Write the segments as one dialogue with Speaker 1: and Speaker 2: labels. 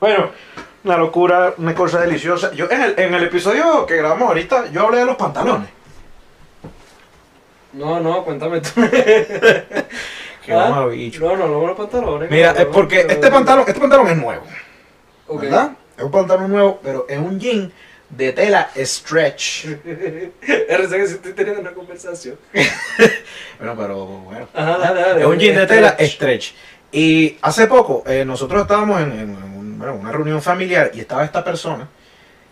Speaker 1: Bueno, una locura, una cosa deliciosa. Yo en el, en el episodio que grabamos ahorita, yo hablé de los pantalones.
Speaker 2: No, no, cuéntame tú.
Speaker 1: Qué
Speaker 2: Ah,
Speaker 1: mamá bicho.
Speaker 2: No, no, no, los pantalones.
Speaker 1: Mira,
Speaker 2: cabrón,
Speaker 1: es porque
Speaker 2: pero-
Speaker 1: este pantalón, este pantalón es nuevo,
Speaker 2: Ok.
Speaker 1: ¿verdad? Es un pantalón nuevo, pero es un jean de tela stretch.
Speaker 2: Parece que sí estoy teniendo una conversación.
Speaker 1: Bueno, pero bueno.
Speaker 2: Ajá, dale, dale.
Speaker 1: Es un jean de tela eh. stretch. Y hace poco eh, nosotros estábamos en, en- en un- bueno, una reunión familiar y estaba esta persona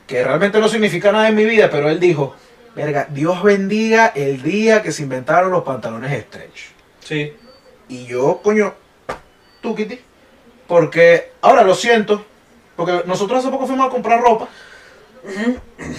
Speaker 1: que realmente no significa nada en mi vida, pero él dijo, verga, Dios bendiga el día que se inventaron los pantalones stretch.
Speaker 2: Sí.
Speaker 1: Y yo, coño, tú, Kitty, porque ahora lo siento, porque nosotros hace poco fuimos a comprar ropa.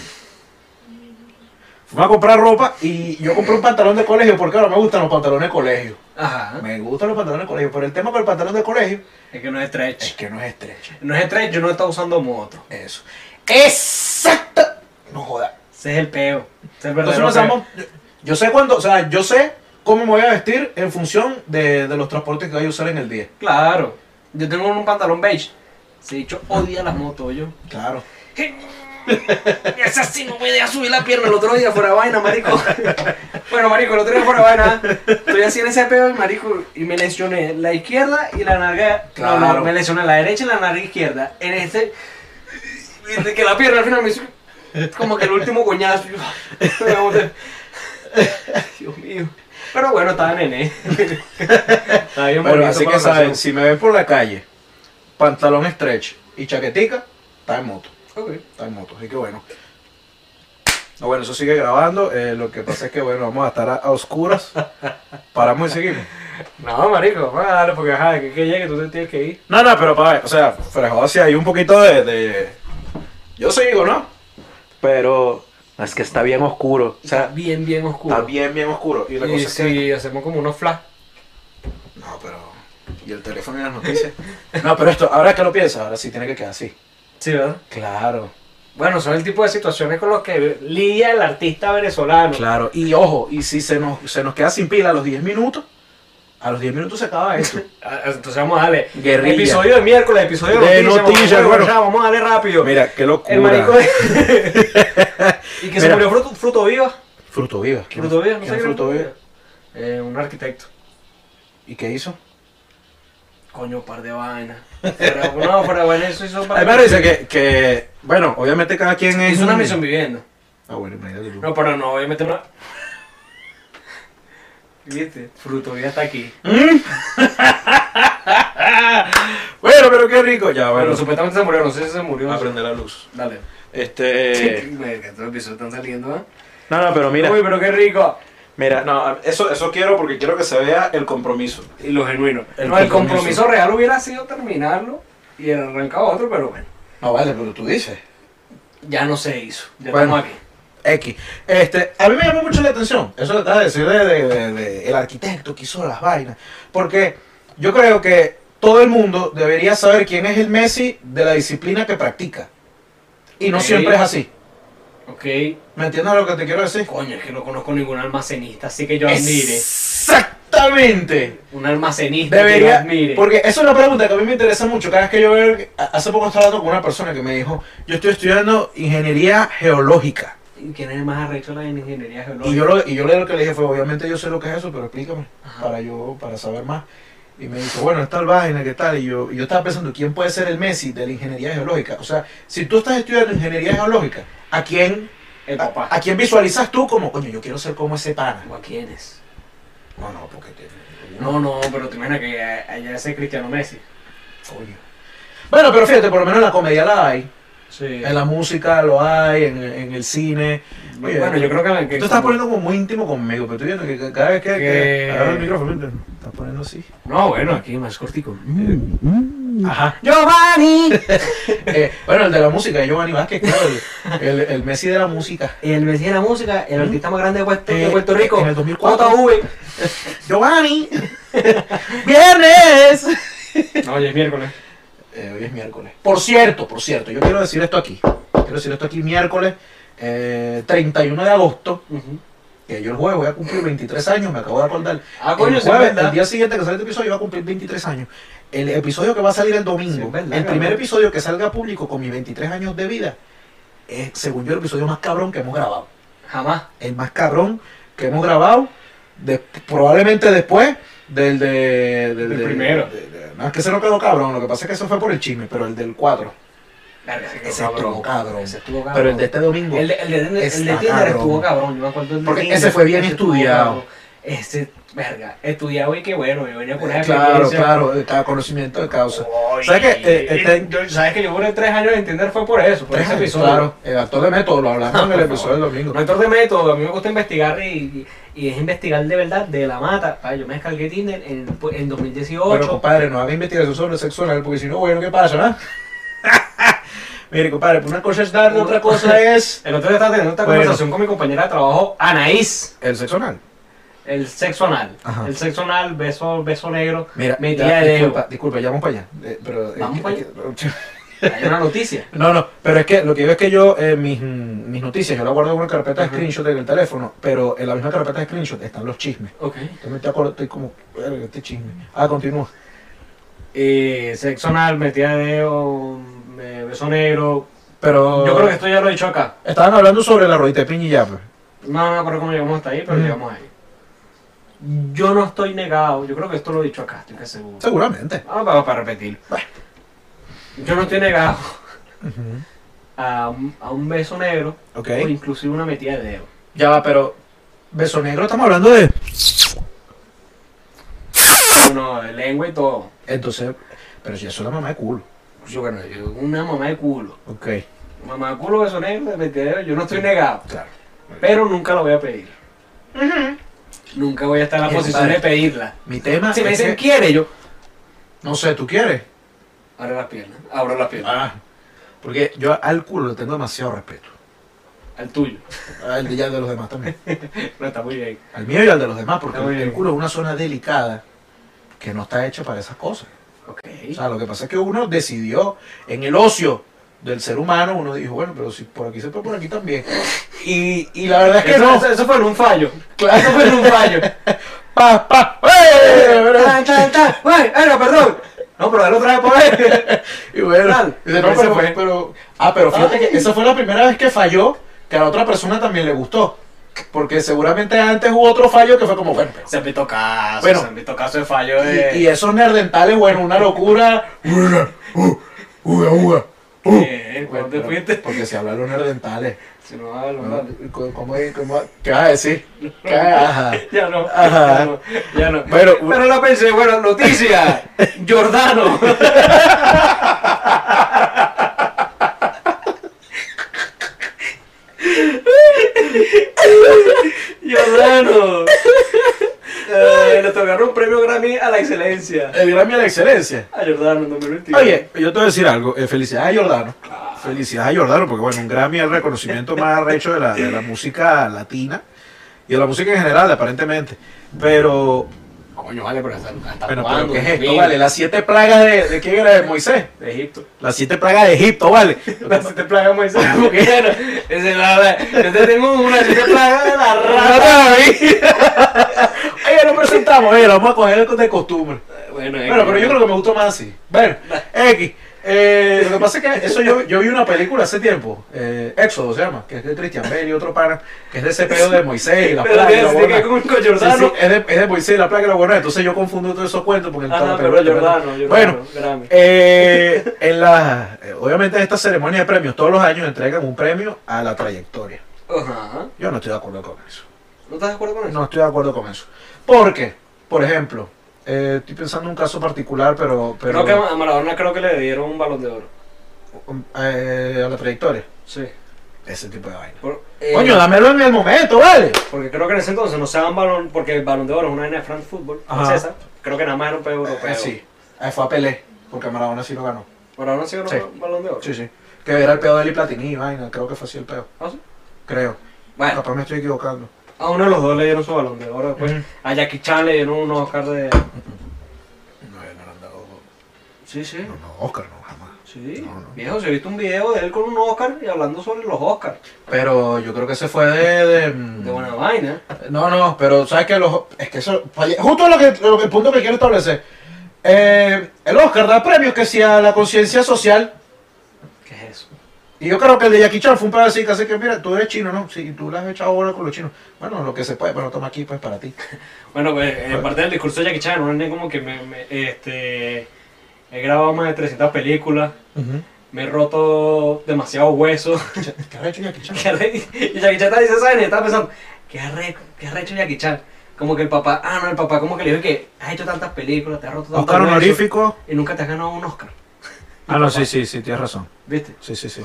Speaker 1: Fuimos a comprar ropa y yo compré un pantalón de colegio porque ahora me gustan los pantalones de colegio.
Speaker 2: Ajá.
Speaker 1: Me gustan los pantalones de colegio, pero el tema con el pantalón de colegio
Speaker 2: Es que no es
Speaker 1: es
Speaker 2: stretch.
Speaker 1: que no es estrecho.
Speaker 2: No es stretch, yo no está usando moto.
Speaker 1: Eso. Exacto. No joda.
Speaker 2: Ese es el peo. Ese es el
Speaker 1: Entonces
Speaker 2: verdadero
Speaker 1: nos
Speaker 2: peo.
Speaker 1: vamos- yo- yo sé cuándo, o sea, yo sé cómo me voy a vestir en función de, de los transportes que voy a usar en el día.
Speaker 2: Claro. Yo tengo un pantalón beige. Se dicho odia las motos, yo.
Speaker 1: Claro.
Speaker 2: Eh, Esa sí no me deja subir la pierna el otro día fuera de vaina, marico. Bueno, marico, el otro día fuera de vaina. Estoy así en ese peo y marico. Y me lesioné la izquierda y la narga. no, No,
Speaker 1: Claro.
Speaker 2: me lesioné la derecha y la narga izquierda. En este. Desde que la pierna al final me hizo. Como que el último coñazo. Yo, me boté. Dios mío. Pero bueno, estaba E. nene. Está bien
Speaker 1: Bueno,
Speaker 2: bonito
Speaker 1: así que
Speaker 2: para la
Speaker 1: saben,
Speaker 2: ocasión.
Speaker 1: si me ven por la calle, pantalón stretch y chaquetica, está en moto,
Speaker 2: Ok.
Speaker 1: está en moto, así que bueno. No, bueno, eso sigue grabando, eh, lo que pasa es que bueno, vamos a estar a, a oscuras, paramos y seguimos.
Speaker 2: No, marico, vamos a darle porque ajá, que, que llegue, tú te tienes que ir.
Speaker 1: No, no, pero para ver, o sea, frejado si hay un poquito de, de- Yo sigo, ¿no? Pero es que está bien oscuro, o sea,
Speaker 2: bien, bien oscuro.
Speaker 1: está bien, bien oscuro. Y la
Speaker 2: y
Speaker 1: cosa es que...
Speaker 2: si hacemos como unos flash.
Speaker 1: No, pero... ¿Y el teléfono y las noticias? no, pero esto, ahora que lo piensas, ahora sí tiene que quedar así.
Speaker 2: Sí, ¿verdad?
Speaker 1: Claro.
Speaker 2: Bueno, son el tipo de situaciones con los que lidia el artista venezolano.
Speaker 1: Claro, y ojo, y si se nos, se nos queda sin pila a los 10 minutos, a los 10 minutos se acaba esto.
Speaker 2: Ah, Entonces vamos a darle.
Speaker 1: Guerrilla.
Speaker 2: Episodio de miércoles, episodio
Speaker 1: De
Speaker 2: de
Speaker 1: noticias,
Speaker 2: vamos,
Speaker 1: bueno.
Speaker 2: ya, vamos a darle rápido.
Speaker 1: Mira, qué locura.
Speaker 2: el marico y que se
Speaker 1: Mira.
Speaker 2: murió fruto, fruto viva.
Speaker 1: Fruto Viva. ¿Quién-
Speaker 2: Fruto viva, no
Speaker 1: quién
Speaker 2: sé
Speaker 1: es
Speaker 2: qué
Speaker 1: Fruto Viva?
Speaker 2: Eh, un arquitecto.
Speaker 1: ¿Y qué hizo?
Speaker 2: Coño, par de vainas. Fuera- No, fuera de vaina, eso hizo para.
Speaker 1: Además dice que, que, bueno, obviamente cada quien es...
Speaker 2: Hizo una
Speaker 1: un-
Speaker 2: misión vivienda.
Speaker 1: Ah, bueno, imagínate tú.
Speaker 2: No, pero no, obviamente no. ¿Viste? Fruto viva está aquí.
Speaker 1: Mm. bueno, pero qué rico. Ya,
Speaker 2: Bueno,
Speaker 1: bueno,
Speaker 2: supuestamente se murió, no sé si se murió.
Speaker 1: aprender la luz.
Speaker 2: Dale.
Speaker 1: Este...
Speaker 2: Verga, estos episodios están saliendo, ¿eh?
Speaker 1: No, no, pero
Speaker 2: Uy, pero qué rico.
Speaker 1: mira, no, eso, eso quiero porque quiero que se vea el compromiso.
Speaker 2: Y lo genuino.
Speaker 1: El
Speaker 2: no, el
Speaker 1: compromiso.
Speaker 2: compromiso real hubiera sido terminarlo y el arrancado otro, pero bueno.
Speaker 1: No, vale, pero tú dices.
Speaker 2: Ya no se hizo. Ya
Speaker 1: Bueno.
Speaker 2: estamos aquí.
Speaker 1: X. Este, a mí me llamó mucho la atención. Eso que estás de decir de, de- de- de el arquitecto que hizo las vainas. Porque yo creo que todo el mundo debería saber quién es el Messi de la disciplina que practica. Y no
Speaker 2: Ok.
Speaker 1: siempre es así.
Speaker 2: Ok.
Speaker 1: ¿Me entiendes lo que te quiero decir?
Speaker 2: Coño, es que no conozco ningún almacenista, así que yo admire.
Speaker 1: Exactamente.
Speaker 2: Un almacenista que yo
Speaker 1: Debería,
Speaker 2: admire.
Speaker 1: porque eso es una pregunta que a mí me interesa mucho. Cada vez que yo veo, hace poco estaba hablando con una persona que me dijo, yo estoy estudiando ingeniería geológica.
Speaker 2: ¿Y ¿Quién es el más arrecho de la ingeniería geológica?
Speaker 1: Y yo, lo, y yo le, lo que le dije fue, obviamente yo sé lo que es eso, pero explícame,
Speaker 2: Ajá.
Speaker 1: para yo, para saber más. Y me dijo, bueno, es tal vaina, ¿qué tal? Y yo, y yo estaba pensando, ¿quién puede ser el Messi de la ingeniería geológica? O sea, si tú estás estudiando ingeniería geológica, ¿a quién,
Speaker 2: El papá.
Speaker 1: a, a quién visualizas tú como, coño, yo quiero ser como ese pana?
Speaker 2: ¿O a quién es?
Speaker 1: No, no, porque te...
Speaker 2: No, no, pero te imaginas que eh, allá ese Cristiano Messi.
Speaker 1: coño. Bueno, pero fíjate, por lo menos en la comedia la hay,
Speaker 2: Sí.
Speaker 1: en la música lo hay, en, en el cine. Oye,
Speaker 2: Bueno, yo creo que... que
Speaker 1: Tú estás poniendo como muy íntimo conmigo, pero estoy viendo que ca- cada vez que, que
Speaker 2: Que-
Speaker 1: agarro el micrófono, mira, estás poniendo así.
Speaker 2: No, bueno, aquí más cortico.
Speaker 1: Eh,
Speaker 2: Mm,
Speaker 1: Ajá.
Speaker 2: Giovanni.
Speaker 1: Eh, bueno, el de la música, de Giovanni Vázquez, claro, el, el, el Messi de la música.
Speaker 2: El Messi de la música, el artista más grande de Puerto, de
Speaker 1: Eh,
Speaker 2: Puerto Rico.
Speaker 1: en el 2004.
Speaker 2: JV.
Speaker 1: ¡Giovanni! ¡Viernes!
Speaker 2: No, hoy es miércoles.
Speaker 1: Eh, hoy es miércoles. Por cierto, por cierto, yo quiero decir esto aquí. Quiero decir esto aquí miércoles eh, 31 de agosto, que yo el jueves voy a cumplir 23 años, me acabo de acordar.
Speaker 2: Ah, coño,
Speaker 1: el
Speaker 2: sí,
Speaker 1: jueves,
Speaker 2: ¿verdad?
Speaker 1: el día siguiente que sale este episodio, yo voy a cumplir 23 años. el episodio que va a salir el domingo,
Speaker 2: Sí, es verdad,
Speaker 1: el
Speaker 2: cabrón.
Speaker 1: primer episodio que salga público con mis 23 años de vida, es según yo el episodio más cabrón que hemos grabado.
Speaker 2: Jamás.
Speaker 1: El más cabrón que hemos grabado, de- probablemente después del de, del,
Speaker 3: Del
Speaker 1: de-
Speaker 3: primero.
Speaker 1: de- de- no, es que se nos quedó cabrón, lo que pasa es que eso fue por el chisme, pero el del 4.
Speaker 2: Verga,
Speaker 1: Ese
Speaker 2: qué
Speaker 1: estuvo cabrón.
Speaker 2: Ese estuvo cabrón.
Speaker 1: Pero el de este domingo.
Speaker 2: El de, el de- el de
Speaker 1: Está
Speaker 2: Tinder
Speaker 1: cabrón.
Speaker 2: estuvo cabrón, yo me acuerdo. del de
Speaker 1: Porque
Speaker 2: Tinder.
Speaker 1: ese fue bien
Speaker 2: estuvo
Speaker 1: estudiado.
Speaker 2: cabrón. Ese, verga, estudiado y qué bueno, yo venía con una
Speaker 1: Eh, claro,
Speaker 2: experiencia.
Speaker 1: claro, eh, cada conocimiento de causa.
Speaker 2: Oy,
Speaker 1: ¿Sabes qué? Eh,
Speaker 2: y-
Speaker 1: este-
Speaker 2: yo- ¿Sabes que yo duré tres años en entender fue por eso, por
Speaker 1: Tres
Speaker 2: ese
Speaker 1: años,
Speaker 2: episodio?
Speaker 1: claro, el actor de método, lo hablamos en el episodio del domingo.
Speaker 2: Mentor de método, a mí me gusta investigar y, y es investigar de verdad de la mata. Pa, yo me descargué Tinder en, pues, en 2018.
Speaker 1: Pero compadre, no haga investigación sobre el sexo anal, porque si no, bueno, ¿qué pasa, no? Mire, compadre, pues una cosa es darle, otra cosa es...
Speaker 2: el otro día estaba teniendo esta
Speaker 1: Bueno.
Speaker 2: conversación con mi compañera de trabajo, Anaís,
Speaker 1: El sexo anal.
Speaker 2: el sexo anal.
Speaker 1: Ajá.
Speaker 2: El sexo anal, beso, beso negro.
Speaker 1: Mira,
Speaker 2: Mi
Speaker 1: ya,
Speaker 2: tía de Leo.
Speaker 1: disculpa, disculpa, ya vamos para allá. Eh, pero, eh,
Speaker 2: Vamos
Speaker 1: que-
Speaker 2: para
Speaker 1: que-
Speaker 2: Hay una noticia.
Speaker 1: No, no, pero es que lo que yo es que yo, eh, mis, mm, mis noticias, yo las guardo en una carpeta de
Speaker 2: Ajá.
Speaker 1: screenshot en el teléfono, pero en la misma carpeta de screenshot están los chismes.
Speaker 2: Ok.
Speaker 1: Entonces me estoy acordando, estoy como, "Verga, este chisme. Ah, continúa.
Speaker 2: Eh, sexo anal, metida de dedo, eh, beso negro.
Speaker 1: Pero...
Speaker 2: Yo creo que esto ya lo he dicho acá.
Speaker 1: Estaban hablando sobre la rodita de piña y ya, pues.
Speaker 2: No, no me acuerdo cómo llegamos hasta ahí, pero
Speaker 1: Ujú.
Speaker 2: llegamos ahí. Yo no estoy negado, yo creo que esto lo he dicho acá, estoy casi seguro.
Speaker 1: Seguramente.
Speaker 2: Ah, Vamos para, para repetir. Yo no estoy negado a un, a un beso negro
Speaker 1: Ok.
Speaker 2: o inclusive una metida de dedo.
Speaker 1: Ya va, pero... Beso negro, estamos hablando de...
Speaker 2: No, de lengua y todo.
Speaker 1: Entonces, pero si eso es la mamá de culo.
Speaker 2: Yo, bueno, yo, una mamá de culo.
Speaker 1: Ok,
Speaker 2: Mamá de culo, beso negro, metida de dedo, yo no estoy negado.
Speaker 1: claro.
Speaker 2: Pero nunca lo voy a pedir. Nunca voy a estar en la
Speaker 1: Bien,
Speaker 2: posición
Speaker 1: padre.
Speaker 2: de pedirla.
Speaker 1: Mi tema
Speaker 2: Si me
Speaker 1: es
Speaker 2: dicen
Speaker 1: que-
Speaker 2: quiere, yo
Speaker 1: No sé, ¿tú quieres?
Speaker 2: abro las piernas, abro las piernas.
Speaker 1: Ah. Porque yo al culo le tengo demasiado respeto.
Speaker 2: Al tuyo.
Speaker 1: Al de, y al de los demás también.
Speaker 2: No, está muy bien.
Speaker 1: Al mío y al de los demás, porque
Speaker 2: Está muy
Speaker 1: el
Speaker 2: bien.
Speaker 1: culo es una zona delicada que no está hecha para esas cosas.
Speaker 2: Ok.
Speaker 1: O sea, lo que pasa es que uno decidió en el ocio del ser humano, uno dijo, bueno, pero si por aquí se puede, por aquí también. Y, y la verdad es que
Speaker 2: eso,
Speaker 1: no.
Speaker 2: eso- eso fue en un fallo.
Speaker 1: Claro.
Speaker 2: Eso fue en un fallo.
Speaker 1: Pa, pa, ¡eh!
Speaker 2: Tan, tan, tan. Ay, ay, no, perdón. No, pero dale otra vez por ver.
Speaker 1: Y bueno,
Speaker 2: Tal.
Speaker 1: dice,
Speaker 2: No,
Speaker 1: no,
Speaker 2: pero
Speaker 1: pero,
Speaker 2: fue.
Speaker 1: pero- ah, pero fíjate
Speaker 2: Ay.
Speaker 1: que esa fue la primera vez que falló, que a la otra persona también le gustó. Porque seguramente antes hubo otro fallo que fue como, bueno, pero-
Speaker 2: Se han visto casos,
Speaker 1: Bueno.
Speaker 2: se han visto casos de fallo de...
Speaker 1: y, y esos nerdentales, bueno, una locura. Uga, uga,
Speaker 2: Eh, ¿cuándo te
Speaker 1: Uh. Bueno,
Speaker 2: fuiste?
Speaker 1: Porque se hablan los nerdentales.
Speaker 2: Si no, ah, no,
Speaker 1: ¿no?
Speaker 2: no.
Speaker 1: eh. ¿Cómo- cómo- cómo- ¿Qué vas a decir? ¿Qué- ajá.
Speaker 2: Ya no,
Speaker 1: Ajá.
Speaker 2: ya no, ya no.
Speaker 1: Pero-
Speaker 2: pero la pensé, bueno, noticia, Jordano. Jordano. Eh, le tocaron un premio Grammy a la excelencia.
Speaker 1: El Grammy a la excelencia.
Speaker 2: A Jordano en 2021.
Speaker 1: Oye, yo te voy a decir algo. eh, felicidades a Jordano. Felicidades a Jordano, porque bueno, un Grammy es el reconocimiento más arrecho de la, de la música latina y de la música en general, aparentemente. Pero,
Speaker 2: Coño, vale, pero hasta,
Speaker 1: bueno,
Speaker 2: hasta
Speaker 1: pero
Speaker 2: cuándo,
Speaker 1: Ah, ¿qué es
Speaker 2: Dios
Speaker 1: esto?
Speaker 2: mío?
Speaker 1: Vale, las siete plagas de, ¿de quién era? De Moisés.
Speaker 2: De Egipto.
Speaker 1: Las siete plagas de Egipto, vale.
Speaker 2: La siete plagas Moisés. Porque ya no. Esa es la, la- yo te tengo una siete plagas de la rata.
Speaker 1: Oye, lo presentamos, oye, lo vamos a coger de costumbre.
Speaker 2: Bueno,
Speaker 1: Bueno, pero yo creo que me gustó más así. Bueno, X. eh, lo que pasa es que eso yo, yo vi una película hace tiempo, eh, Éxodo se llama, que es de Christian Bale y otro pana, que es de ese pedo de Moisés y la
Speaker 2: Pero
Speaker 1: plaga. y
Speaker 2: que
Speaker 1: la
Speaker 2: se
Speaker 1: huevona.
Speaker 2: que con
Speaker 1: Sí, sí,
Speaker 2: Jordano.
Speaker 1: es, de, es de Moisés y la plaga y la buena. Entonces yo confundo todos esos cuentos porque
Speaker 2: Ah,
Speaker 1: toda la
Speaker 2: no, pero
Speaker 1: película-
Speaker 2: Jordano, Jordano.
Speaker 1: Bueno,
Speaker 2: Grammy.
Speaker 1: eh, en la, eh, obviamente en esta ceremonia de premios, todos los años entregan un premio a la trayectoria.
Speaker 2: Ajá.
Speaker 1: Yo no estoy de acuerdo con eso.
Speaker 2: ¿No estás de acuerdo con eso?
Speaker 1: No estoy de acuerdo con eso. Porque, por ejemplo, eh, estoy pensando en un caso particular, pero... pero
Speaker 2: Creo que a Maradona creo que le dieron un balón de oro.
Speaker 1: um, eh, a la trayectoria.
Speaker 2: Sí.
Speaker 1: Ese tipo de vaina.
Speaker 2: Por- eh,
Speaker 1: Coño, dámelo en el momento, ¿vale?
Speaker 2: Porque creo que en ese entonces no se daban balón, porque el balón de oro es una vaina de France Football,
Speaker 1: Ajá.
Speaker 2: francesa. Creo que nada más era un país europeo.
Speaker 1: Eh, sí. Eh, fue a Pelé, porque Maradona sí lo ganó.
Speaker 2: Maradona sí ganó
Speaker 1: Sí.
Speaker 2: un balón de oro.
Speaker 1: Sí, sí. Que era el pedo de Eli Platini, vaina. Creo que fue así el pedo.
Speaker 2: ¿Ah, sí?
Speaker 1: Creo.
Speaker 2: Bueno,
Speaker 1: Capaz me estoy equivocando.
Speaker 2: a uno de los dos le dieron su balón de oro después.
Speaker 1: Ujú.
Speaker 2: A Jackie Chan le dieron un Oscar de.
Speaker 1: No, no, no, no,
Speaker 2: Sí, sí.
Speaker 1: no, no, Oscar, no, jamás.
Speaker 2: Sí,
Speaker 1: No, no.
Speaker 2: viejo, se viste un video de él con un Oscar y hablando sobre los Oscars.
Speaker 1: Pero yo creo que se fue de... de, mm,
Speaker 2: De buena vaina.
Speaker 1: pues, No, no, pero sabes que los. Es que eso. falle- Justo lo que, lo que- el punto que quiero establecer. Eh, el Oscar da premios que si a la conciencia social.
Speaker 2: ¿Qué es eso?
Speaker 1: Y yo creo que el de Jackie Chan fue un pedacito, así que mira, tú eres chino, ¿no? Sí, tú le has echado bola con los chinos. Bueno, lo que se puede, pero toma aquí, pues para ti.
Speaker 2: Bueno, pues eh, parte del discurso de Jackie Chan, uno es como que me, me, este, he grabado más de 300 películas, me he roto demasiados huesos.
Speaker 1: ¿Qué habrá hecho Jackie Chan?
Speaker 2: Qué arre- Y Jackie Chan está dice, ¿sabes? Y estaba pensando, ¿qué arrecho, qué arrecho Jackie Chan? Como que el papá, ah, no, el papá como que le dijo que has hecho tantas películas, te has roto tantos
Speaker 1: Oscar
Speaker 2: huesos
Speaker 1: honorífico.
Speaker 2: y nunca te has ganado un Oscar,
Speaker 1: Ah, no, sí, sí, sí, tienes razón.
Speaker 2: ¿viste?
Speaker 1: Sí, sí, sí.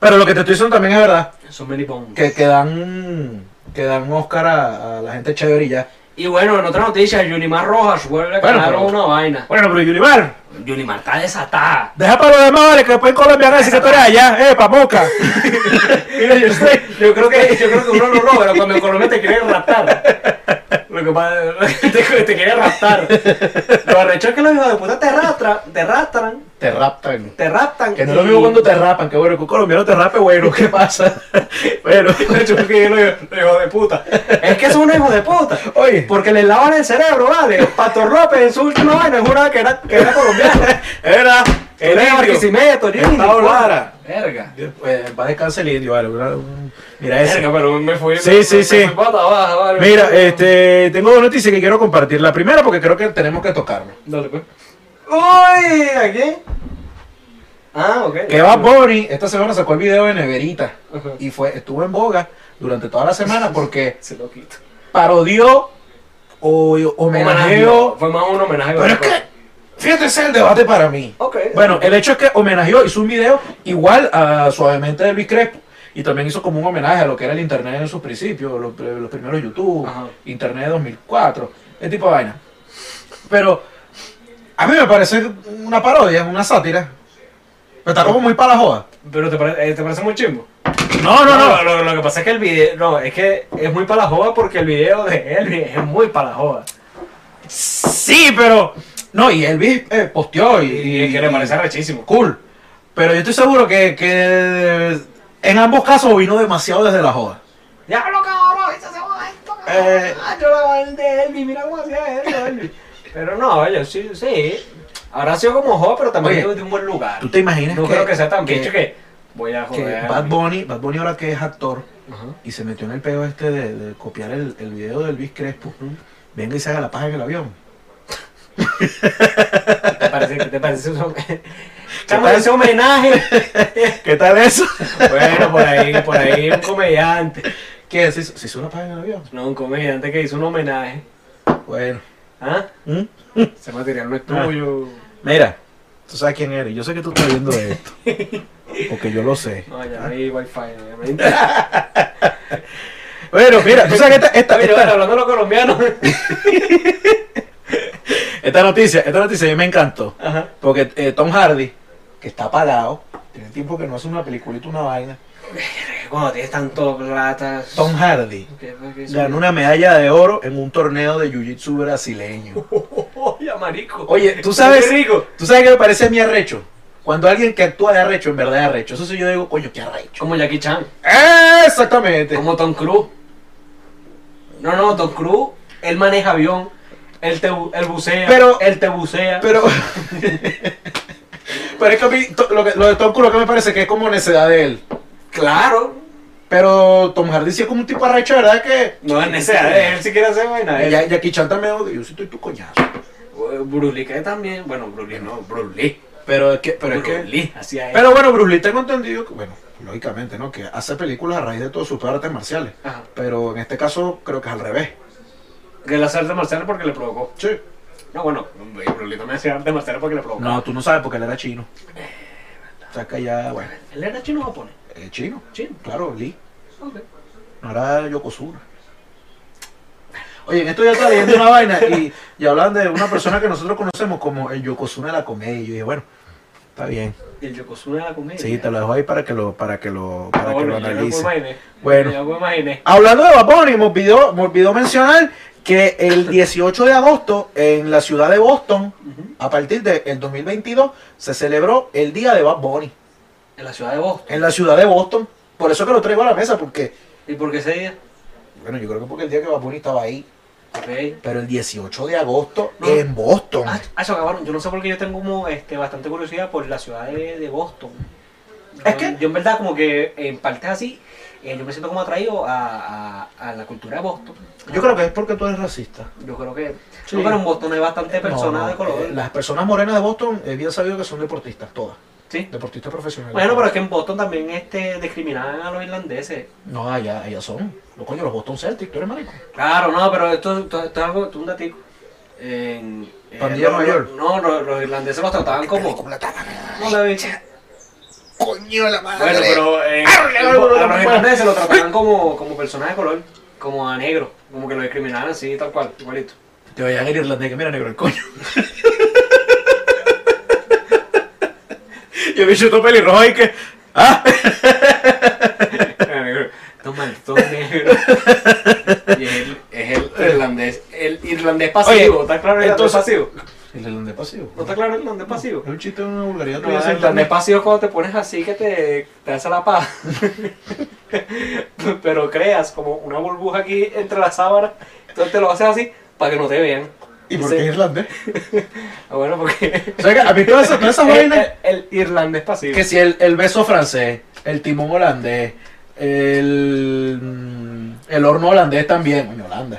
Speaker 1: Pero lo que te estoy diciendo también es verdad.
Speaker 2: Son many bones.
Speaker 1: Que, que dan que dan Oscar a, a la gente chévere y ya.
Speaker 2: Y bueno, en otra noticia, Junimar Rojas vuelve a
Speaker 1: Bueno,
Speaker 2: ganar
Speaker 1: pero-
Speaker 2: una vaina.
Speaker 1: Bueno, pero Yulimar,
Speaker 2: Junimar está desatada.
Speaker 1: deja para los demás, vale, que después en Colombia hagan secretaria allá, eh, pa' moca. Mira, yo estoy.
Speaker 2: Yo creo que, yo creo que uno no logra cuando en Colombia te quieren raptar. Lo que pasa te, te quieren raptar. Lo arrecho es que los hijos de puta te raptan, te raptan,
Speaker 1: Te raptan.
Speaker 2: te raptan.
Speaker 1: Que no lo mismo cuando te rapan, que bueno, que un colombiano te rape, bueno, ¿qué pasa? Bueno,
Speaker 2: hijos de puta. Es que son unos hijos de puta.
Speaker 1: oye,
Speaker 2: Porque les lavan el cerebro, vale. Pato López en su última vaina juraba que era, que era colombiano.
Speaker 1: era,
Speaker 2: Era de
Speaker 1: indio.
Speaker 2: Barquisimeto, ni
Speaker 1: Gustavo
Speaker 2: ni-
Speaker 1: Lara.
Speaker 2: Verga.
Speaker 1: Eh, Va a descansar el indio, vale. una- un- Mira ese.
Speaker 2: Verga, pero me fui.
Speaker 1: Sí,
Speaker 2: me-
Speaker 1: sí,
Speaker 2: me-
Speaker 1: sí.
Speaker 2: me fui pata abajo, vale.
Speaker 1: Mira, este, tengo dos noticias que quiero compartir. La primera porque creo que tenemos que tocarlo.
Speaker 2: Dale, pues. ¡Uy! ¿A quién? Ah, ok.
Speaker 1: Que va Bunny, esta semana sacó el video de Neverita
Speaker 2: Ajá.
Speaker 1: y fue, estuvo en boga durante toda la semana porque
Speaker 2: Se lo quito.
Speaker 1: parodió o homenajeó.
Speaker 2: Fue más un homenaje.
Speaker 1: Pero es que, fíjate, ese es el debate para mí.
Speaker 2: Ok.
Speaker 1: Bueno, el hecho es que homenajeó, hizo un video igual a suavemente de Luis Crespo. Y también hizo como un homenaje a lo que era el internet en sus principios, los, pri- los primeros YouTube,
Speaker 2: Ajá.
Speaker 1: internet de 2004, ese tipo de vaina. Pero a mí me parece una parodia, una sátira. Pero está como muy para la joda.
Speaker 2: Pero te, pare- eh, te parece muy chimbo.
Speaker 1: No,
Speaker 2: Lo, lo que pasa es que el video. No, es que es muy para la joda porque el video de Elvis es muy para la joda.
Speaker 1: Sí, pero. No, y Elvis eh, posteó y,
Speaker 2: Y es que le parece rechísimo.
Speaker 1: cool. Pero yo estoy seguro que, que en ambos casos vino demasiado desde la joda.
Speaker 2: Ya lo cabrón, esta se va esto. cabrón.
Speaker 1: Eh.
Speaker 2: Ah, yo la va el de Elvis, mira cómo hacía eso, Elvis. Pero no, oye, sí, sí. Habrá sido como joda, pero también
Speaker 1: Oye,
Speaker 2: estuvo de un buen lugar.
Speaker 1: ¿Tú te imaginas
Speaker 2: No
Speaker 1: que,
Speaker 2: creo que sea tan
Speaker 1: que-
Speaker 2: bicho que voy a
Speaker 1: que
Speaker 2: joder.
Speaker 1: Bad Bunny, Bad Bunny ahora que es actor
Speaker 2: Ajá.
Speaker 1: y se metió en el peo este de, de copiar el, el video de Elvis Crespo,
Speaker 2: Ujú.
Speaker 1: venga y se haga la paja en el avión?
Speaker 2: ¿Te parece, te parece un homenaje? ese homenaje?
Speaker 1: ¿Qué tal eso?
Speaker 2: Bueno, por ahí, por ahí un comediante.
Speaker 1: ¿Qué? ¿Se hizo, se hizo una paja en el avión?
Speaker 2: No, un comediante que hizo un homenaje.
Speaker 1: Bueno.
Speaker 2: ¿Ah?
Speaker 1: ¿Mm?
Speaker 2: Ese material no es
Speaker 1: Ah.
Speaker 2: tuyo.
Speaker 1: Mira, tú sabes quién eres. Yo sé que tú estás viendo esto. Porque yo lo sé.
Speaker 2: No, ya no hay wifi, no, ya no hay internet.
Speaker 1: Bueno, mira, tú sabes que esta, esta,
Speaker 2: Oye,
Speaker 1: esta-
Speaker 2: bueno, hablando de los colombianos.
Speaker 1: esta noticia, esta noticia a mí me encantó.
Speaker 2: Ajá.
Speaker 1: Porque eh, Tom Hardy, que está apagado, tiene tiempo que no hace una peliculita, una vaina.
Speaker 2: Cuando tienes tanto plata.
Speaker 1: Tom Hardy
Speaker 2: ¿Qué fue pues, que hizo?
Speaker 1: ganó una medalla de oro en un torneo de jiu-jitsu brasileño.
Speaker 2: Oye, marico.
Speaker 1: Oye, tú
Speaker 2: Qué
Speaker 1: sabes,
Speaker 2: rico.
Speaker 1: tú sabes que me parece a mí arrecho. Cuando alguien que actúa de arrecho, en verdad es arrecho. Eso sí yo digo, coño, qué arrecho.
Speaker 2: Como Jackie Chan.
Speaker 1: Exactamente.
Speaker 2: Como Tom Cruise. No, no, Tom Cruise, él maneja avión, él te, bu- él bucea,
Speaker 1: Pero-
Speaker 2: él te bucea.
Speaker 1: Pero. pero es que a mí, to- lo, que- lo de Tom Cruise lo que me parece que es como necedad de él.
Speaker 2: claro,
Speaker 1: Pero Tom Hardy sí es como un tipo arrecho, ¿verdad? Que.
Speaker 2: no es necesario, él si quiere hacer vaina.
Speaker 1: Y
Speaker 2: Él,
Speaker 1: ya- Jackie Chan también, oye, yo sí estoy tu coñazo.
Speaker 2: Eh, Bruce Lee que también, bueno, Bruce Lee no, Bruce Lee.
Speaker 1: Pero es que. Pero es
Speaker 2: Bruce
Speaker 1: que.
Speaker 2: Lee hacía eso.
Speaker 1: Pero bueno, Bruce Lee tengo entendido que, bueno, lógicamente, ¿no? Que hace películas a raíz de todas sus artes marciales.
Speaker 2: Ajá.
Speaker 1: Pero en este caso creo que es al revés.
Speaker 2: Que él hacía arte marcial porque le provocó.
Speaker 1: Sí.
Speaker 2: No, bueno, Bruce Lee también hacía arte marcial porque le provocó.
Speaker 1: No, tú no sabes porque él era chino. O sea que ya, bueno,
Speaker 2: Él era chino o japonés.
Speaker 1: es chino.
Speaker 2: Chino.
Speaker 1: Claro, Lee.
Speaker 2: Ok.
Speaker 1: No era Yokozuna. Oye, en esto ya estaba leyendo una vaina y, y hablaban de una persona que nosotros conocemos como el Yokozuna de la comedia. Y yo dije, bueno, está bien.
Speaker 2: Y el Yokozuna de la comedia.
Speaker 1: Sí, te lo dejo ahí para que lo, para que lo, para
Speaker 2: Ah,
Speaker 1: que lo
Speaker 2: bueno, yo no
Speaker 1: analice.
Speaker 2: me imaginé.
Speaker 1: Bueno.
Speaker 2: Yo no me imaginé.
Speaker 1: Hablando de vapor, me olvidó, me olvidó mencionar que el 18 de agosto en la ciudad de Boston,
Speaker 2: Ujú.
Speaker 1: a partir del 2022, se celebró el Día de Bad Bunny.
Speaker 2: En la ciudad de Boston.
Speaker 1: En la ciudad de Boston. Por eso que lo traigo a la mesa, porque,
Speaker 2: ¿Y por qué ese día?
Speaker 1: bueno, yo creo que porque el día que Bad Bunny estaba ahí.
Speaker 2: Ok.
Speaker 1: Pero el 18 de agosto
Speaker 2: No.
Speaker 1: en Boston.
Speaker 2: Ah, ah, eso, cabrón, yo no sé por qué yo tengo como este, bastante curiosidad por la ciudad de, de Boston.
Speaker 1: Es
Speaker 2: Yo-
Speaker 1: que-
Speaker 2: Yo en verdad como que en partes así, eh, yo me siento como atraído a, a- a la cultura de Boston.
Speaker 1: Yo creo que es porque tú eres racista.
Speaker 2: Yo creo que...
Speaker 1: Sí.
Speaker 2: No, pero en Boston hay bastante personas
Speaker 1: No, no,
Speaker 2: de color.
Speaker 1: eh, las personas morenas de Boston es bien sabido que son deportistas, todas.
Speaker 2: Sí.
Speaker 1: Deportistas profesionales.
Speaker 2: Bueno, pero es que en Boston también este, discriminaban a los irlandeses.
Speaker 1: No, allá, allá son. Los coño, los Boston Celtics, tú eres marico.
Speaker 2: Claro, no, pero esto, esto, esto es algo, esto es un datico. En, en-
Speaker 1: Pandilla
Speaker 2: no,
Speaker 1: mayor.
Speaker 2: No, no, los, los irlandeses los trataban como...
Speaker 1: Película tan-
Speaker 2: No la vi.
Speaker 1: Coño de la madre.
Speaker 2: Bueno, pero eh,
Speaker 1: Arre,
Speaker 2: a los
Speaker 1: arre, arre.
Speaker 2: irlandeses lo trataban como, como personas de color, como a negro, como que lo discriminaban así, tal cual, igualito.
Speaker 1: Te vayan a ir irlandés que mira negro el coño. Yo he visto tu pelirrojo y que. ¡Ah!
Speaker 2: Era negro. Estos malditos negros. Y es el, es el irlandés, el irlandés pasivo,
Speaker 1: Oye,
Speaker 2: ¿está claro el irlandés
Speaker 1: entonces-
Speaker 2: pasivo?
Speaker 1: El irlandés pasivo.
Speaker 2: ¿No está claro el irlandés pasivo?
Speaker 1: Es un chiste de una vulgaridad.
Speaker 2: No, el irlandés pasivo es cuando te pones así que te, te hace la paz. Pero creas como una burbuja aquí entre las sábanas, entonces te lo haces así para que no te vean.
Speaker 1: ¿Y por qué
Speaker 2: Sí.
Speaker 1: irlandés?
Speaker 2: Ah, Bueno, porque...
Speaker 1: O sea, que a mí todas esas, todas esas
Speaker 2: El,
Speaker 1: vainas.
Speaker 2: el- el irlandés pasivo.
Speaker 1: Eh, Que si el, el beso francés, el timón holandés, el. mm, El horno holandés también. Coño, Holanda.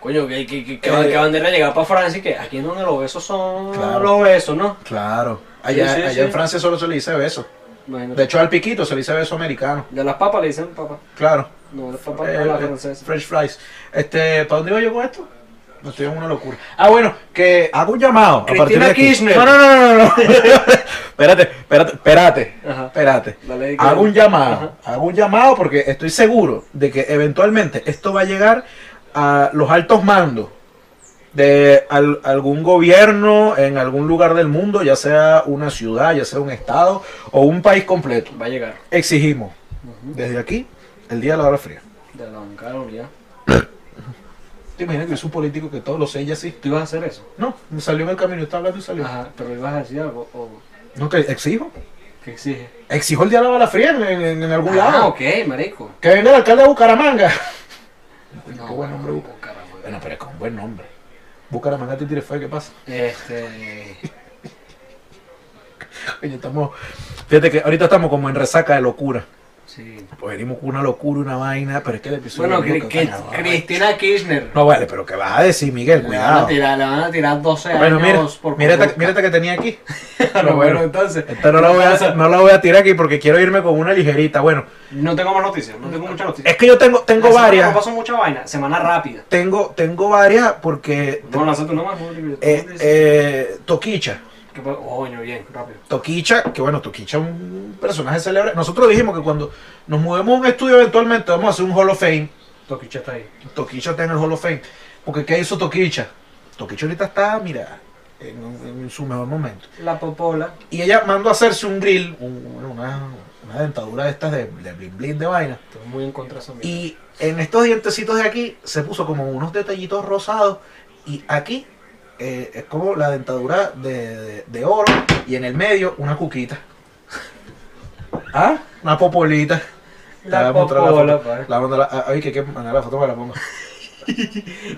Speaker 2: Coño, que, que, que, que,
Speaker 1: Eh,
Speaker 2: ban- que bandera llegaba para Francia y que aquí es donde los besos son
Speaker 1: Claro.
Speaker 2: los besos, ¿no?
Speaker 1: Claro. Allá,
Speaker 2: Sí, sí,
Speaker 1: allá
Speaker 2: sí.
Speaker 1: en Francia solo se le dice beso. De
Speaker 2: Imagínate.
Speaker 1: hecho, al piquito se le dice beso americano.
Speaker 2: De las papas le dicen papa.
Speaker 1: Claro.
Speaker 2: No, las papas
Speaker 1: Eh,
Speaker 2: a la
Speaker 1: eh,
Speaker 2: francesa.
Speaker 1: French fries. Este, ¿Para dónde iba yo con esto? No estoy en una locura. Ah, bueno, que hago un llamado.
Speaker 2: Cristina
Speaker 1: aquí.
Speaker 2: Kirchner.
Speaker 1: No, no, no, no. no. espérate, espérate, espérate.
Speaker 2: Ajá.
Speaker 1: Espérate.
Speaker 2: Dale,
Speaker 1: Hago un
Speaker 2: que-
Speaker 1: llamado. Hago un llamado porque estoy seguro de que eventualmente esto va a llegar a los altos mandos de al- algún gobierno en algún lugar del mundo, ya sea una ciudad, ya sea un estado o un país completo.
Speaker 2: Va a llegar.
Speaker 1: Exigimos
Speaker 2: Ujú.
Speaker 1: desde aquí el día de la hora fría.
Speaker 2: De la banca de la unidad.
Speaker 1: ¿Te imaginas que es un político que todos los sella así?
Speaker 2: ¿Tú ibas a hacer eso?
Speaker 1: No, me salió en el camino, está hablando y salió.
Speaker 2: Ajá, pero ibas a decir algo o
Speaker 1: No, que exijo.
Speaker 2: que exige.
Speaker 1: Exijo el día de la bala fría en, en- en algún
Speaker 2: Ah,
Speaker 1: lado.
Speaker 2: ok, marico.
Speaker 1: Que venga el alcalde de Bucaramanga. Qué buen
Speaker 2: bueno,
Speaker 1: nombre, Buc-
Speaker 2: caramba.
Speaker 1: Bueno, pero es con buen nombre. Bucaramanga te tire fue, ¿qué pasa?
Speaker 2: Este.
Speaker 1: Oye, estamos. Fíjate que ahorita estamos como en resaca de locura.
Speaker 2: Sí.
Speaker 1: Pues venimos con una locura, una vaina, pero es que el episodio.
Speaker 2: Bueno,
Speaker 1: es loco,
Speaker 2: Cri- Cri-
Speaker 1: coño, vale.
Speaker 2: Cristina Kirchner.
Speaker 1: No vale, pero ¿qué vas a decir, Miguel?
Speaker 2: Le van a
Speaker 1: Cuidado.
Speaker 2: tirar, le van a tirar 12
Speaker 1: Bueno, mira,
Speaker 2: años por
Speaker 1: mira esta,
Speaker 2: corrupta.
Speaker 1: mira esta que tenía aquí.
Speaker 2: Bueno,
Speaker 1: Pero bueno,
Speaker 2: entonces.
Speaker 1: esta no la voy a, hacer- no la voy a tirar aquí porque quiero irme con una ligerita. Bueno,
Speaker 2: No tengo más noticias, no tengo muchas noticias.
Speaker 1: es que yo tengo, tengo
Speaker 2: La semana
Speaker 1: varias.
Speaker 2: No pasó mucha vaina, semana rápida.
Speaker 1: Tengo, tengo varias porque.
Speaker 2: No, lanzate una más. ¿no?
Speaker 1: eh, eh, Toquicha.
Speaker 2: ¿Qué pa- Coño, bien, rápido.
Speaker 1: Toquicha, que bueno, Toquicha es un personaje célebre. Nosotros dijimos que cuando nos movemos a un estudio eventualmente vamos a hacer un Hall of Fame.
Speaker 2: Toquicha está ahí.
Speaker 1: Toquicha está en el Hall of Fame. Porque ¿qué hizo Toquicha? Toquicha ahorita está, mira, en, en su mejor momento.
Speaker 2: La popola.
Speaker 1: Y ella mandó a hacerse un grill, un- una, una dentadura de estas de, de blin blin de vaina.
Speaker 2: Estoy muy en contra de eso mismo.
Speaker 1: Y en estos dientecitos de aquí se puso como unos detallitos rosados. Y aquí eh, es como la dentadura de, de- de oro. Y en el medio una cuquita. ¿Ah? Una popolita.
Speaker 2: La
Speaker 1: Te voy a mostrar
Speaker 2: popola, eh.
Speaker 1: foto.
Speaker 2: padre.
Speaker 1: La voy a mandar a- ay, que hay que mandar la foto para la ponga.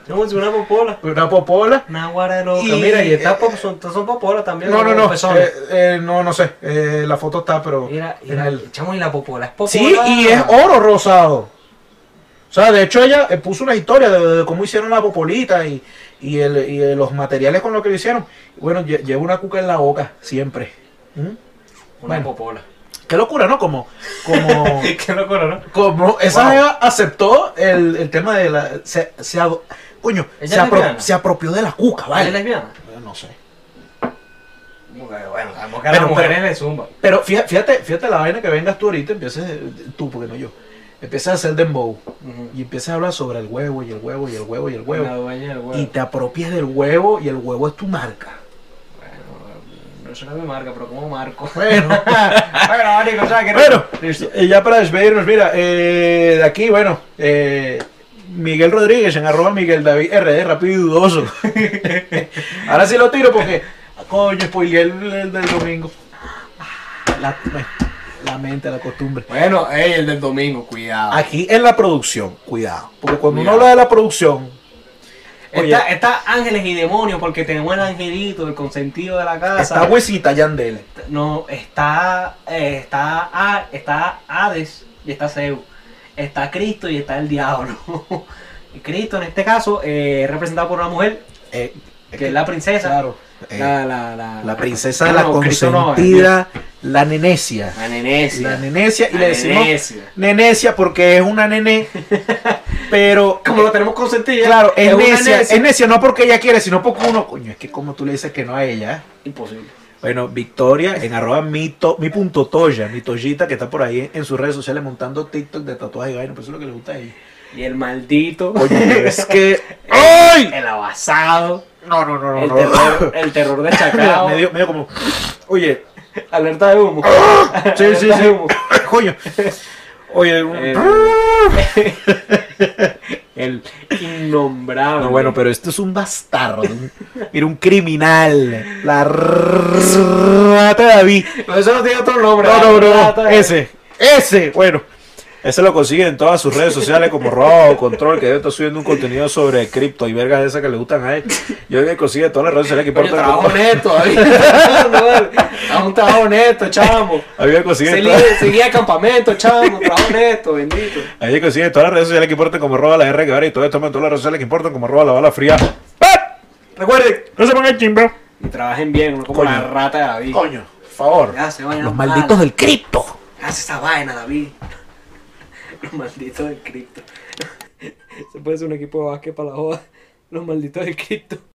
Speaker 2: No, es una popola.
Speaker 1: Una popola.
Speaker 2: Una guara de loca.
Speaker 1: Y- eh,
Speaker 2: Mira, y estas pop son, son popolas también.
Speaker 1: No, no, no.
Speaker 2: pezones.
Speaker 1: eh, eh, no, no sé. eh, la foto está, pero.
Speaker 2: Mira,
Speaker 1: en
Speaker 2: mira,
Speaker 1: el-
Speaker 2: chamo, y la popola es popola.
Speaker 1: Sí, y es oro rosado. O sea, de hecho ella eh, puso una historia de, de cómo hicieron la popolita y, y, el- y, eh, los materiales con los que lo hicieron. Bueno, lle- lleva una cuca en la boca, siempre. ¿Mm?
Speaker 2: Una
Speaker 1: Bueno.
Speaker 2: popola.
Speaker 1: Qué locura, ¿no? Como, como,
Speaker 2: Qué locura, ¿no?
Speaker 1: como esa
Speaker 2: Wow.
Speaker 1: jeva aceptó el, el tema de la... Se, se, ado- coño,
Speaker 2: ¿Ella
Speaker 1: se,
Speaker 2: es
Speaker 1: apro-
Speaker 2: lesbiana?
Speaker 1: se apropió de la cuca,
Speaker 2: ¿Es
Speaker 1: ¿vale?
Speaker 2: lesbiana?
Speaker 1: No sé.
Speaker 2: Bueno, vamos
Speaker 1: Pero- pero-
Speaker 2: le zumba.
Speaker 1: Pero fíjate, fíjate, fíjate la vaina que vengas tú ahorita, empieces, eh, tú, porque no yo, empiezas a hacer dembow. y empiezas a hablar sobre el huevo y el huevo y el huevo y el huevo.
Speaker 2: La dueña del huevo.
Speaker 1: Y te apropias del huevo y el huevo es tu marca.
Speaker 2: Bueno, no suena mi marca, pero como marco.
Speaker 1: Bueno.
Speaker 2: bueno, marico, o sea, que
Speaker 1: Bueno,
Speaker 2: Listo.
Speaker 1: y ya para despedirnos, mira, eh, de aquí, bueno, eh, Miguel Rodríguez en arroba Miguel David RD, rápido y dudoso. Ahora sí lo tiro porque, ah, coño, spoileé el, el del domingo. Ah, La, la mente, la costumbre.
Speaker 2: Bueno, ey, el del domingo, cuidado.
Speaker 1: Aquí en la producción, cuidado. Porque cuando uno
Speaker 2: Cuidado.
Speaker 1: habla de la producción, Oye.
Speaker 2: Está, está ángeles y demonios porque tenemos el angelito, el consentido de la casa.
Speaker 1: Está huesita Yandel.
Speaker 2: No, está, eh, está, A- está Hades y está Zeus. Está Cristo y está el diablo. Y Cristo en este caso eh, es representado por una mujer,
Speaker 1: Eh,
Speaker 2: que es la princesa.
Speaker 1: Claro. eh,
Speaker 2: La, la, la,
Speaker 1: la princesa
Speaker 2: No,
Speaker 1: de la
Speaker 2: no, Cristo no, eh,
Speaker 1: consentida, la nenecia.
Speaker 2: la nenecia.
Speaker 1: La nenecia y
Speaker 2: La
Speaker 1: le decimos
Speaker 2: nenecia.
Speaker 1: nenecia porque es una nené, pero eh,
Speaker 2: Como lo tenemos consentido.
Speaker 1: claro, es,
Speaker 2: una
Speaker 1: necia, es necia no porque ella quiere, sino porque uno, coño, es que como tú le dices que no a ella.
Speaker 2: Imposible.
Speaker 1: Bueno, Victoria en arroba mi, to- mi punto toya, mi toyita que está por ahí en sus redes sociales montando TikTok de tatuajes y vaina, pero eso es lo que le gusta a ella.
Speaker 2: Y el maldito.
Speaker 1: Coño, pero es que ¡Ay!
Speaker 2: El abasado.
Speaker 1: No, no, no, no,
Speaker 2: el,
Speaker 1: no.
Speaker 2: Terror, el terror de
Speaker 1: Mira,
Speaker 2: Chacao.
Speaker 1: medio, medio como, oye, ¡Ah!
Speaker 2: Alerta de humo.
Speaker 1: sí, sí,
Speaker 2: Alerta de
Speaker 1: sí,
Speaker 2: humo.
Speaker 1: coño, oye, un-
Speaker 2: Eh, El innombrable.
Speaker 1: No, bueno, pero esto es un bastardo. un- Mira, un criminal. La rata de David.
Speaker 2: Pero eso no tiene otro nombre. ¿eh?
Speaker 1: No, no,
Speaker 2: ¿verdad?
Speaker 1: no. Ese. Ese. Bueno. Ese lo consiguen en todas sus redes sociales como Robo Control, que debe estar subiendo un contenido sobre cripto y vergas de esas que le gustan a él. Yo que consigue en todas las redes sociales que
Speaker 2: Coño,
Speaker 1: importa.
Speaker 2: trabajo honesto, David. No, vale. Haz un trabajo honesto, chamo.
Speaker 1: A mí me consigue en
Speaker 2: Seguí,
Speaker 1: todas-
Speaker 2: seguí a campamento, chamo. Trabajo honesto, bendito.
Speaker 1: a mí me consigue en todas las redes sociales que importan como Roba la R que ahora y todo esto en todas las redes sociales que importan como Roba la bala fría. ¡Ah! Recuerden, no se pongan chimba.
Speaker 2: Y trabajen bien, no como
Speaker 1: Coño.
Speaker 2: la rata de David.
Speaker 1: Coño, por favor.
Speaker 2: Ya se vayan
Speaker 1: Los
Speaker 2: mal.
Speaker 1: malditos del cripto.
Speaker 2: Haz esa vaina, David. Los malditos del cripto. Se puede ser un equipo de básquet para la joda. Los malditos del cripto.